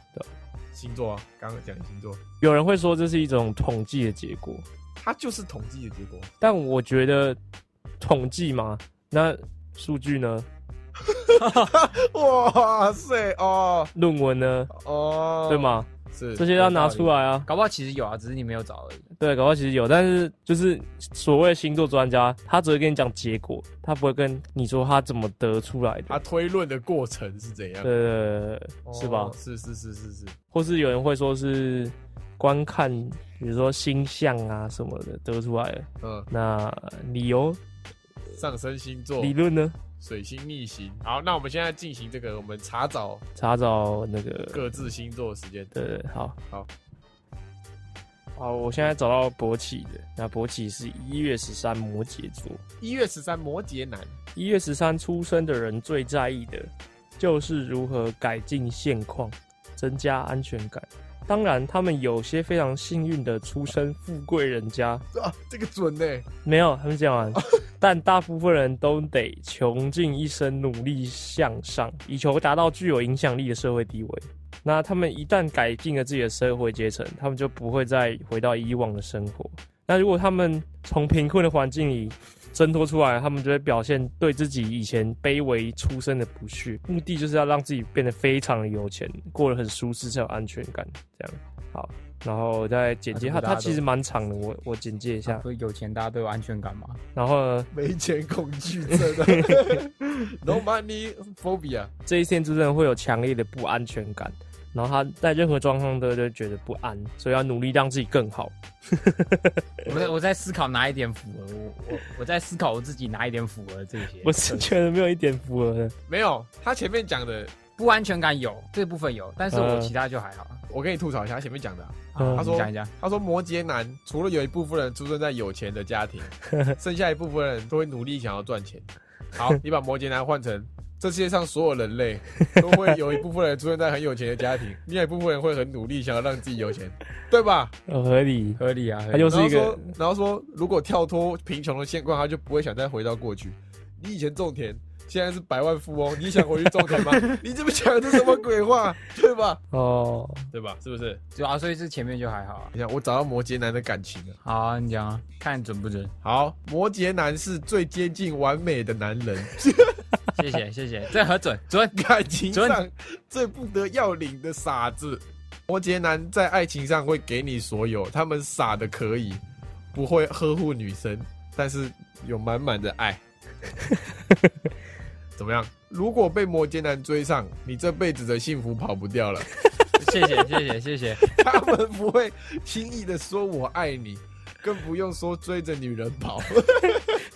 S1: 星座啊，刚刚讲的星座，
S3: 有人会说这是一种统计的结果，
S1: 它就是统计的结果。
S3: 但我觉得统计嘛，那数据呢，
S1: 哇塞哦
S3: 论文呢，
S1: 哦，
S3: 对？吗？
S1: 是
S3: 这些要拿出来啊。
S2: 搞不好其实有啊，只是你没有找而已。
S3: 对，搞不好其实有，但是就是所谓的星座专家，他只会跟你讲结果，他不会跟你说他怎么得出来
S1: 它
S3: 的。
S1: 推论的过程是怎样？
S3: 呃，是吧
S1: 哦？是是是是是，
S3: 或是有人会说是观看，比如说星象啊什么的得出来的。
S1: 嗯，
S3: 那理由
S1: 上升星座、
S3: 理论呢？
S1: 水星逆行。好，那我们现在进行这个，我们查找
S3: 查找那个
S1: 各自星座的时间。
S3: 对，好，
S1: 好，
S3: 好，我现在找到勃起的，那勃起是一月十三摩羯座，
S1: 一月十三，摩羯男。
S3: 一月十三出生的人最在意的，就是如何改进现况，增加安全感。当然，他们有些非常幸运的出身富贵人家，
S1: 啊，这个准呢、
S3: 没有，还没讲 完。但大部分人都得穷尽一生努力向上，以求达到具有影响力的社会地位。那他们一旦改进了自己的社会阶层，他们就不会再回到以往的生活。那如果他们从贫困的环境里挣脱出来，他们就会表现对自己以前卑微出身的不屑，目的就是要让自己变得非常的有钱，过得很舒适才有安全感。这样好，然后再简介他，
S2: 啊这不大
S3: 他
S2: 家
S3: 其
S2: 都
S3: 实蛮长的，我我简介一 下。
S2: 不是有钱大家都有安全感吗？
S3: 然后呢，
S1: 没钱恐惧症啊 ，no money phobia。
S3: 这一天之症会有强烈的不安全感，然后他在任何状况都都觉得不安，所以要努力让自己更好。
S2: 我在我在思考哪一点符合我我我在思考我自己哪一点符合这些。
S3: 我是觉得没有一点符合的。
S1: 没有，他前面讲的，
S2: 不安全感有这部分有，但是我
S3: 嗯
S2: 其他就还好。
S1: 我跟你吐槽一下，他前面讲的啊、
S3: 嗯
S1: 他
S2: 你
S1: 说
S2: 讲一讲，
S1: 他说摩羯男除了有一部分人出生在有钱的家 庭，剩下一部分人都会努力想要赚钱。好，你把摩羯男换成这世界上所有人类都会有一部分人出生在很有钱的家 庭，另外一部分人会很努力想要让自己有钱，对吧？
S3: 呃合理，
S2: 合理啊，合
S3: 他
S2: 理
S3: 就
S1: 然
S3: 是
S1: 后
S3: 一个
S1: 说，然后说如果跳脱贫穷的现况，他就不会想再回到过去。你以前种田。现在是百万富翁，你想回去种田 吗？你这么讲的是什么鬼话，对吧？
S3: 哦，
S1: 对吧？是不是？
S2: 主要啊所以是前面就还好啊。
S1: 你看，我找到摩羯男的感情了。
S2: 好啊，你讲啊，看准不准？
S1: 好，摩羯男是最接近完美的男人，
S2: 谢谢谢谢，这很准准。
S1: 感情上
S2: 准
S1: 最不得要领的傻子。摩羯男在爱情上会给你所有，他们傻的可以，不会呵护女生，但是有满满的爱。怎么样？如果被摩羯男追上，你这辈子的幸福跑不掉了。
S2: 谢谢谢谢谢谢，
S1: 他们不会轻易的说我爱你，更不用说追着女人跑。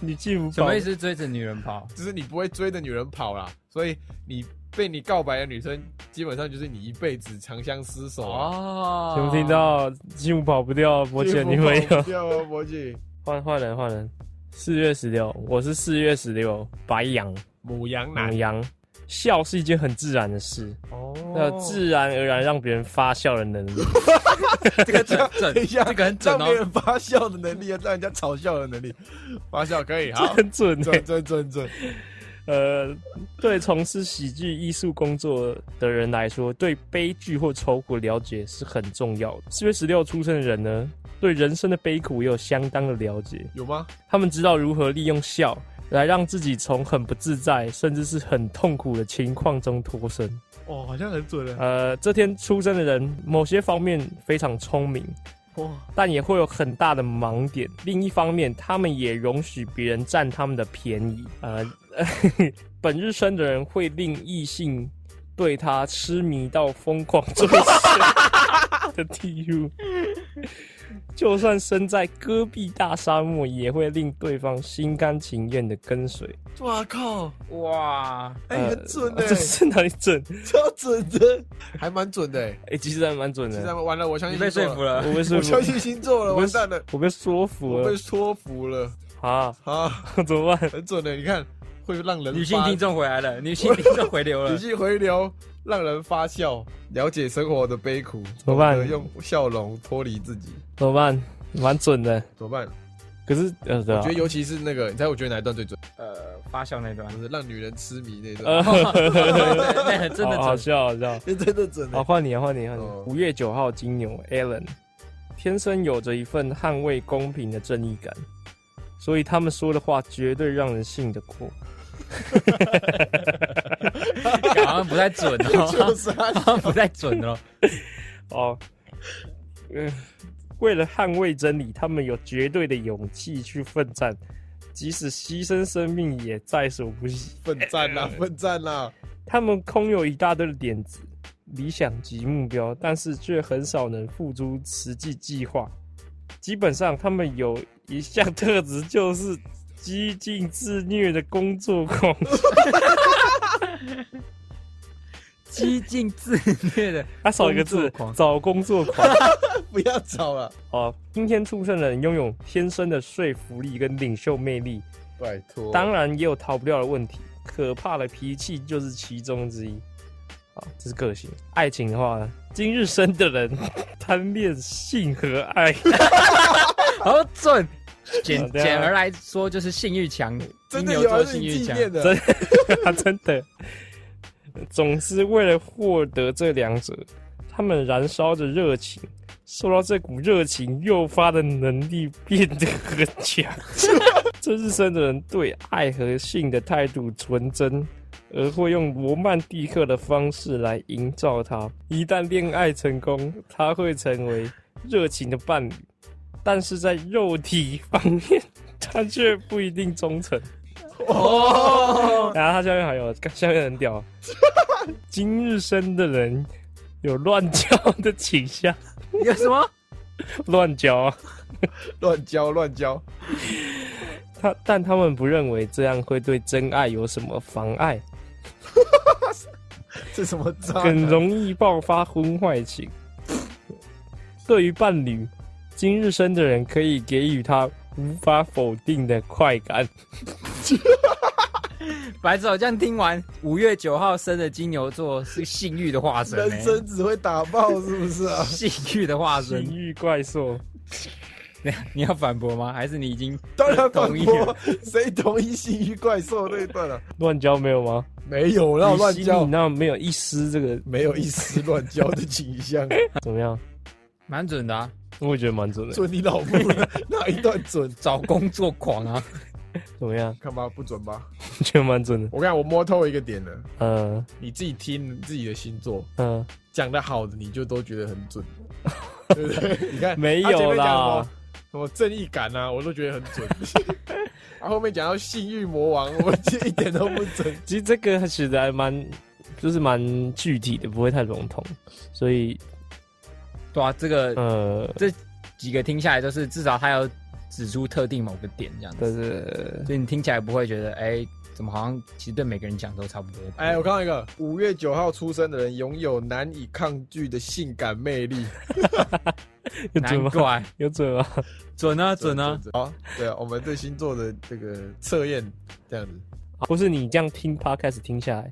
S3: 你记不
S2: 什
S3: 饱
S2: 么意？思？追着女人跑？
S1: 就是你不会追着女人跑啦，所以你被你告白的女生，基本上就是你一辈子长相厮守啊。
S2: 哦，
S3: 有没有听？到？进步跑不掉，我姐女朋友。
S1: 掉啊，摩羯，
S3: 换换人，换人。四月十六，我是四月十六，白羊，
S1: 母羊
S3: 母羊。笑是一件很自然的事，
S1: 哦，
S3: 要自然而然让别人发笑的能力。
S2: 这个准
S1: 等一
S2: 准，
S1: 下
S2: 这个很准
S1: 让别
S2: 哦。
S1: 人发笑的能力，让人家嘲笑的能力，发笑可以 好，
S3: 很准欸
S1: 准准准准，
S3: 呃，对从事喜剧艺术工作的人来说，对悲剧或愁苦了解是很重要的。四月十六出生的人呢，对人生的悲苦也有相当的了解，
S1: 有吗？
S3: 他们知道如何利用笑来让自己从很不自在，甚至是很痛苦的情况中脱身。
S1: 哦，好像很准了。
S3: 呃，这天出生的人，某些方面非常聪明，
S2: 哇，
S3: 但也会有很大的盲点。另一方面，他们也容许别人占他们的便宜。呃， 本日生的人会令异性对他痴迷到疯狂追求的地 狱。就算身在戈壁大沙漠，也会令对方心甘情愿的跟随。
S1: 哇靠！
S2: 哦哇，
S1: 哎、
S3: 呃
S1: 很准哎、
S3: 这是哪里准？
S1: 超准的，还蛮准的、欸。
S3: 哎、其实还蛮准
S1: 现
S3: 的
S1: 在。完了，我相
S2: 你
S1: 信
S2: 被
S1: 星
S2: 说
S1: 座
S2: 服
S1: 了，
S2: 了，
S3: 我被说
S1: 我
S3: 服
S1: 相，信星座了，
S3: 我被
S1: 完蛋了，
S3: 我被说服
S1: 我
S3: 了
S1: 被说服了
S3: 啊！
S1: 啊！
S3: 怎么办？
S1: 很准的、你看会让人
S2: 女性
S1: 发
S2: 听众回来了， 女性听众回流
S1: 女
S2: 了，
S1: 性回流，让人发笑，了解生活的悲苦，
S3: 怎么办
S1: 懂得用笑容脱离自己，
S3: 怎么办？蛮准的。
S1: 怎么办？
S3: 可是呃，对
S1: 我
S3: 啊
S1: 觉得，尤其是那个，你猜我觉得哪一段最准？
S2: 呃，发酵那段
S1: 就，是让女人痴迷那段，
S3: 呃，
S2: 那很真的
S3: 好好
S2: 准，
S3: 笑，好笑。
S1: 那真的准的、
S3: 好，换你，啊换你，换你
S1: 哦。
S3: 五月九号，金牛 Alan，天生有着一份捍卫公平的正义感，所以他们说的话绝对让人信得过。
S2: 好像不太准
S1: 就
S2: 哦，
S1: 是他
S2: 好像不太准哦，
S3: 哦， 嗯，为了捍卫真理，他们有绝对的勇气去奋战，即使牺牲生命也在所不惜。
S1: 奋战 啦，奋战啦！
S3: 他们空有一大堆的点子、理想及目标，但是却很少能付诸实际计划。基本上，他们有一项特质就是激进自虐的工作狂。
S2: 激进自虐的，
S3: 他啊少一个
S2: 工
S3: 字
S2: 作 狂，
S3: 找工作狂。啊
S1: 不要吵了，
S3: 哦，今天出生的人拥有天生的说服力跟领袖魅力，
S1: 拜托。
S3: 当然也有逃不掉的问题，可怕的脾气就是其中之一。好，这是个性。爱情的话呢，今日生的人贪恋性和爱。
S2: 好准。简
S3: 好的啊
S2: 简而来说，就是性欲强，金
S1: 真的
S2: 牛
S1: 有
S2: 座
S1: 人是
S2: 性
S1: 你
S2: 欲
S1: 纪
S2: 强，
S1: 念的，
S3: 真啊，真的。总之，为了获得这两者，他们燃烧着热情，受到这股热情诱发的能力变得很强。 这日生的人对爱和性的态度纯真，而会用罗曼蒂克的方式来营造它。一旦恋爱成功，他会成为热情的伴侣，但是在肉体方面，他却不一定忠诚。
S2: 哦
S3: 然后他下面还有，下面 很屌，今日生的人有乱交的倾向，
S2: 有什么？
S3: 乱交啊，
S1: 乱教乱教，
S3: 他但他们不认为这样会对真爱有什么妨碍，
S1: 这什么渣男？
S3: 很容易爆发婚外情。对于伴侣，今日生的人可以给予他无法否定的快感。
S2: 白子，我这样听完，五月九号生的金牛座是性欲的化身、
S1: 人
S2: 欸，？
S1: 生只会打爆，是不是 啊
S2: 性欲的化身
S3: 情。欲怪兽，
S2: 你要反驳吗？还是你已经
S1: 当然反
S2: 同意
S1: 驳，谁同意性欲怪兽那一段啊？
S3: 乱交没有吗？
S1: 没有啦，乱
S3: 你心里
S1: 教，
S3: 那没有一丝这个
S1: 没有一丝乱教的倾 向，
S3: 怎么样？
S2: 蛮准的啊？
S3: 我也觉得蛮准的。
S1: 准你老 母了，哪一段准？
S2: 找工作狂啊！
S3: 怎么样？
S1: 看吧，不准吧？
S3: 觉得蛮准的。
S1: 我看我摸透一个点了，
S3: 呃
S1: 你自己听自己的星座
S3: 呃，
S1: 讲的好的，你就都觉得很 准，对不对？你看
S3: 没
S1: 他前
S3: 有
S1: 面讲什么
S3: 啦，
S1: 什么正义感啊，我都觉得很 准。然后后面讲到性欲魔王，我就一点都不准。
S3: 其实这个写的还蛮，就是蛮具体的，不会太笼统，所以
S2: 对啊，这个、
S3: 呃，
S2: 几个听下来，就是至少他有指出特定某个点这样
S3: 但
S2: 子，
S3: 是
S2: 所以你听起来不会觉得，哎、怎么好像其实对每个人讲都差不多？
S1: 哎、我看到一个五月九号出生的人，拥有难以抗拒的性感魅力。
S3: 有准
S2: 难
S3: 吗？
S2: 怪
S3: 有准吗？
S2: 准啊准啊！
S1: 好，对啊，我们对星座的这个测验这样子，
S3: 或是你这样听 podcast 听下来，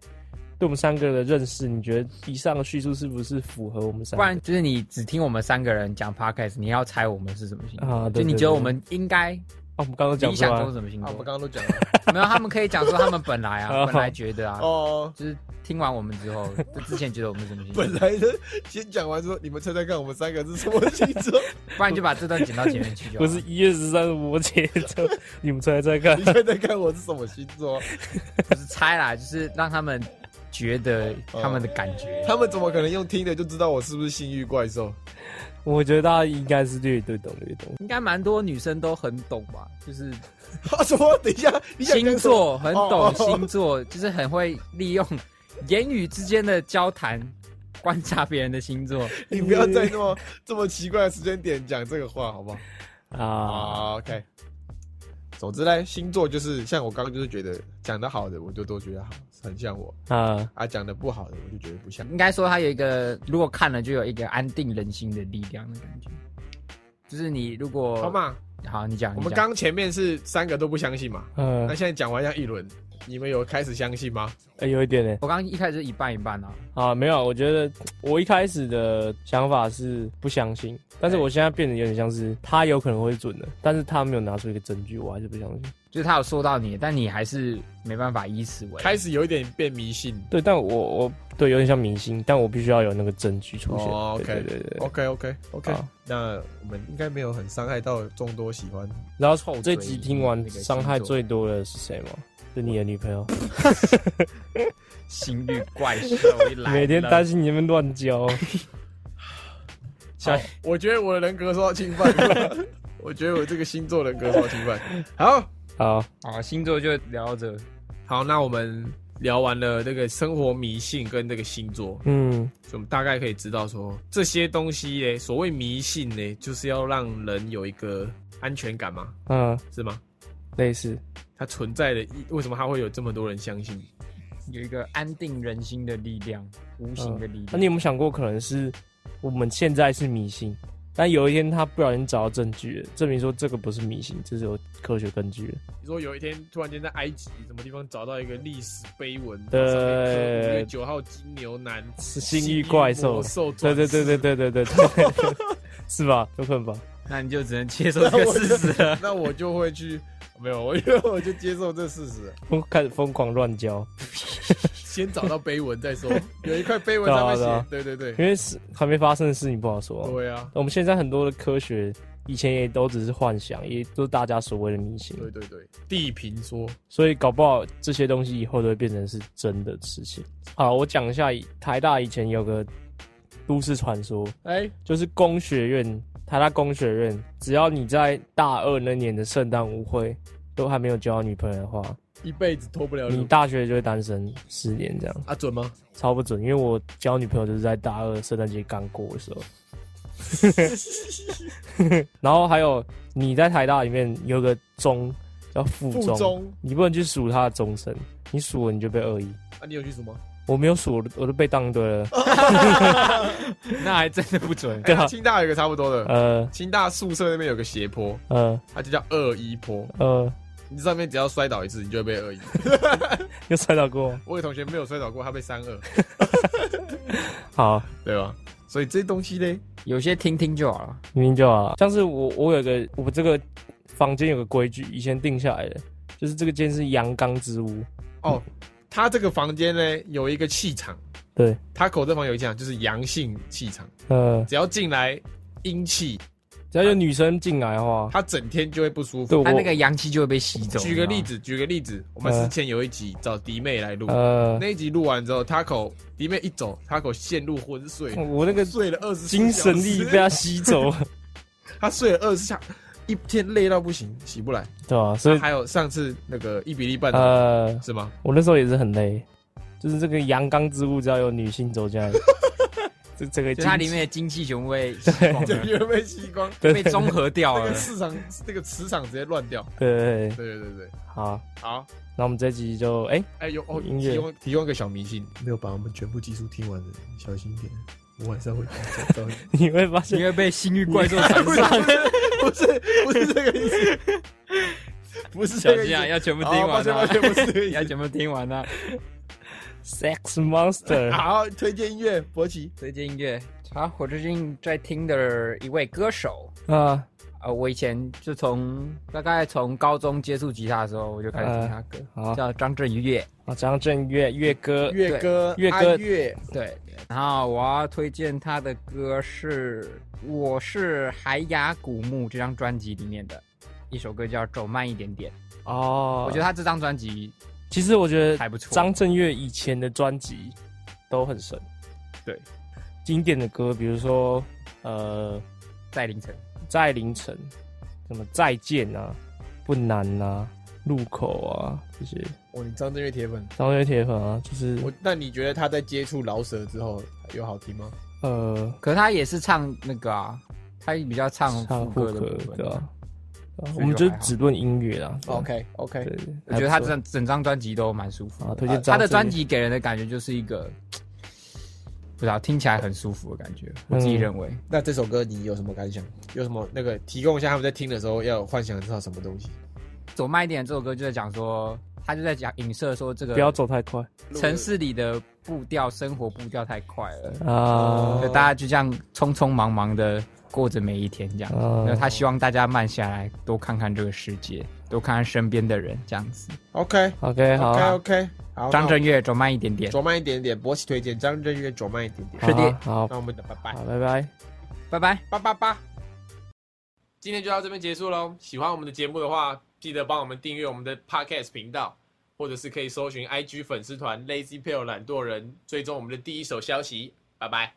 S3: 对我们三个的认识，你觉得以上的叙述是不是符合我们三
S2: 不
S3: 个？
S2: 然就是你只听我们三个人讲 podcast，你要猜我们是什么星座？
S3: 啊对
S2: 就你
S3: 对
S2: 觉得
S3: 对
S2: 我们应该
S3: 啊，我们刚刚讲
S2: 理
S3: 出
S2: 想中是
S3: 来，
S2: 什么星
S1: 啊，我们
S2: 座？
S1: 刚刚都 讲了
S2: 没有，他们可以讲说他们本来啊，
S3: 哦
S2: 本来觉得啊，
S1: 哦。
S2: 就是听完我们之后，就之前觉得我们是什么星座
S1: 本，来的先讲完说，你们猜猜看，我们三个是什么星座？
S2: 不然你就把这段剪到前面去就
S3: 不
S2: 好了。
S3: 是一月十三日我姐就你们猜猜看
S1: 你。猜猜看我是什么星座？啊
S2: 不是猜啦，就是让他们觉得他们的感觉。
S1: 他们怎么可能用听的就知道我是不是性欲怪兽？
S3: 我觉得大家应该是略对懂略懂。
S2: 应该蛮多女生都很懂吧，就是
S1: 啊，什么？等一下，你想
S2: 星座很
S1: 哦
S2: 懂
S1: 哦哦
S2: 星座，就是很会利用言语之间的交谈，观察别人的星座。
S1: 你不要在那么这么奇怪的时间点讲这个话，好不好？
S3: 啊，
S1: 啊，OK。总之呢，星座就是像我刚刚就是觉得讲的好的，我就都觉得好，很像我
S3: 啊，
S1: 啊；讲的不好的，我就觉得不像。
S2: 应该说它有一个，如果看了就有一个安定人心的力量的感觉。就是你如果
S1: 好嘛，
S2: 好，你讲，
S1: 我
S2: 你
S1: 们
S2: 讲
S1: 刚前面是三个都不相信嘛，那
S3: 嗯
S1: 现，在讲完要一轮，你们有开始相信吗？
S3: 呃有一点呢。
S2: 我刚一开始一半一半啊，
S3: 啊，没有，我觉得我一开始的想法是不相信，但是我
S2: 哎
S3: 现在变得有点像是他有可能会准的，但是他没有拿出一个证据，我还是不相信。
S2: 就是他有说到你，但你还是没办法以此为。
S1: 开始有一点变迷信。
S3: 对，但我我对有点像明星，但我必须要有那个证据出现。
S1: 哦，OK
S3: 对对对对。
S1: OK OK OK，
S3: 好
S1: 那我们应该没有很伤害到众多喜欢。
S3: 然
S2: 哦臭
S3: 后
S2: 嘴
S3: 这集听完
S2: 那个星座
S3: 伤害最多的是谁吗？是你的女朋友，
S2: 心率怪兽一来了，
S3: 每天担心你们乱交。
S1: 好我觉得我的人格受到侵 犯了，我觉得我这个星座人格受到侵犯。好，
S3: 好，
S2: 好，哦星座就聊着。
S1: 好，那我们聊完了这个生活迷信跟这个星座，
S3: 嗯，
S1: 所以我们大概可以知道说这些东西嘞，所谓迷信嘞，就是要让人有一个安全感嘛，
S3: 嗯，
S1: 是吗？
S3: 类似，
S1: 它存在的意，为什么它会有这么多人相信？
S2: 有一个安定人心的力量，无形的
S3: 那
S2: 力量。
S3: 嗯啊你有没有想过，可能是我们现在是迷信，但有一天他不小心找到证据了，证明说这个不是迷信，这是有科学根据的。
S1: 你说有一天突然间在埃及什么地方找到一个历史碑文，
S3: 对
S1: 上面刻五月九号金牛男
S3: 是星域怪
S1: 星域
S3: 兽
S1: 魔，兽
S3: 对
S1: 转
S3: 对
S1: 世，
S3: 对对对对对对，对 是吧？有可能吧？
S2: 那你就只能接受这个事实了。
S1: 那我就会去没有，我就我就接受这事实，
S3: 疯开始疯狂乱交，
S1: 先找到碑文再说。 有一块碑文上面
S3: 对啊
S1: 写，对对对，
S3: 因为是还没发生的事情不好说、
S1: 对啊，
S3: 我们现在很多的科学，以前也都只是幻想，也都是大家所谓的迷信，
S1: 对对对，地平说，
S3: 所以搞不好这些东西以后都会变成是真的事情。好，我讲一下以台大以前有个都市传说，
S1: 哎，
S3: 就是工学院，台大工学院，只要你在大二那年的圣诞舞会都还没有交到女朋友的话，
S1: 一辈子脱不了
S3: 你
S1: 乳
S3: 大学就会单身十年这样，
S1: 啊，准吗？
S3: 超不准。因为我交女朋友就是在大二圣诞节刚过的时候。 然后还有你在台大里面有个钟叫附
S1: 附
S3: 钟，
S1: 中
S3: 你不能去数它的钟声，你数了你就被恶意。
S1: 啊，你有去数吗？
S3: 我没有数，我都我都被当对了。
S2: 那还真的不准。
S3: 对啊
S1: 哎清大有一个差不多的，
S3: 呃
S1: 清大宿舍那边有个斜坡，
S3: 呃
S1: 它就叫二一坡，
S3: 呃，
S1: 你上面只要摔倒一次，你就会被 二一。
S3: 又摔倒过。
S1: 我有同学没有摔倒过，他被三二，
S3: 好，
S1: 对吧？所以这东西嘞，
S2: 有些听听就好了。
S3: 明明就好了。像是我，我有个我这个房间有个规矩，以前定下来的，就是这个间是阳刚之屋。
S1: 哦，他这个房间呢有一个气场，
S3: 对，
S1: 他口这房有一个气场，就是阳性气场，
S3: 呃，
S1: 只要进来阴气，
S3: 只要有女生进来的话，
S1: 他整天就会不舒
S3: 对
S1: 服。
S3: 我
S2: 他那个阳气就会被吸走。
S1: 举个例
S2: 子，
S1: 子，举个例子，我们
S3: 呃
S1: 之前有一集找迪妹来录，
S3: 呃，
S1: 那一集录完之后，Taco 迪妹一走，Taco 陷入昏睡，
S3: 我那个
S1: 睡了二十
S3: 嗯精神力被他吸走，
S1: 他睡了二十下，一天累到不行，起不来。
S3: 对吧、所以
S1: 还有上次那个一比一半的、
S3: 呃，
S1: 是吗？
S3: 我那时候也是很累，就是这个阳刚之物，只要有女性走进 来，这这个
S2: 就
S3: 精
S2: 它里面的精气全部被吸光
S1: 就
S2: 了
S1: 因为被吸光，
S3: 对
S2: 被综合掉
S1: 那
S2: 了
S1: 个。市场那个磁场直接乱掉。
S3: 对对对，
S1: 对对对对，
S3: 好，
S1: 好，
S3: 那我们这集就哎、
S1: 哎、有哦，
S3: 音乐
S1: 提供提供一个小迷信，没有把我们全部技术听完的，小心一点，我晚上会找到你。
S3: 你会 发
S2: 因
S3: 现
S2: 为被星域怪兽
S1: 哎
S2: 缠
S1: 不是
S2: 上，
S1: 不是 不是这个意思，不是
S2: 小
S1: 这个意
S2: 心啊，
S1: 思。
S2: 要全部听
S1: 好，抱
S2: 完
S1: 歉抱
S2: 啊！
S1: 歉，不是这个意
S2: 要
S1: 思。
S2: 全部听完啊！
S3: sex monster，
S1: 好，推荐音乐，博奇。
S2: 推荐音乐，好，我最近在听的一位歌手，
S3: 啊，
S2: 呃，我以前就从大概从高中接触吉他的时候，我就开始听他歌，
S3: 好，
S2: 叫张震岳。
S3: 啊，张震岳岳哥，
S1: 月哥，
S3: 对
S1: 阿
S3: 月哥
S1: 月，
S2: 对，然后我要推荐他的歌是《我是海雅古墓》这张专辑里面的一首歌，叫《走慢一点点》。
S3: 哦，
S2: 我觉得他这张专辑
S3: 其实我觉
S2: 还
S3: 得
S2: 不错。
S3: 张震岳以前的专辑都很神，
S1: 对，
S3: 经典的歌，比如说《呃，
S2: 在凌晨，
S3: 在凌晨，什么再见啊，不难啊，路口啊这些，
S1: 哦，你张震岳铁粉，
S3: 张学铁粉啊，就是
S1: 我那你觉得他在接触饶舌之后有好听吗？
S3: 呃，
S2: 可他也是唱那个啊，他比较唱
S3: 唱
S2: 副
S3: 副
S2: 歌的
S3: 歌
S2: 部
S3: 对
S2: 分。
S3: 啊，对啊
S2: 所以
S3: 我们
S2: 就
S3: 就
S2: 还好
S3: 只论音乐啦。对啊
S1: OK OK，
S3: 对，
S2: 我觉得他
S3: 真
S2: 整整张专辑都蛮舒服
S3: 啊，
S2: 的，呃
S3: 推荐
S2: 他
S3: 张
S2: 的
S3: 震
S2: 专
S3: 岳
S2: 辑给人的感觉就是一个，不知道听起来很舒服的感觉，我自己
S3: 嗯
S2: 认为。
S1: 那这首歌你有什么感想？有什么那个提供一下他们在听的时候要有幻想知道什么东西？
S2: 走慢一点这首歌就在讲说，他就在讲影射说这
S3: 不要
S2: 个
S3: 走太快
S2: 城市里的步调、生活步调太快了，
S3: 啊
S1: 哦
S2: 就大家就这样匆匆忙忙的过着每一天这样。那
S3: 啊！
S2: 他希望大家慢下来，多看看这个世界，多看看身边的人，这样子。
S1: OK
S3: OK，好
S1: OK，OK，好，
S2: 啊张震岳走慢一点点，
S1: 左慢一点点，博喜推荐张震岳左慢一点点。
S3: 好
S2: 是的
S3: 好，
S1: 那我们的拜拜
S3: 好，拜拜。
S2: 拜拜。
S1: 八八八。今天就到这边结束喽。喜欢我们的节目的话，记得帮我们订阅我们的 Podcast 频道，或者是可以搜寻 IG 粉丝团 Lazy p a l e 懒惰人，追踪我们的第一手消息。拜拜。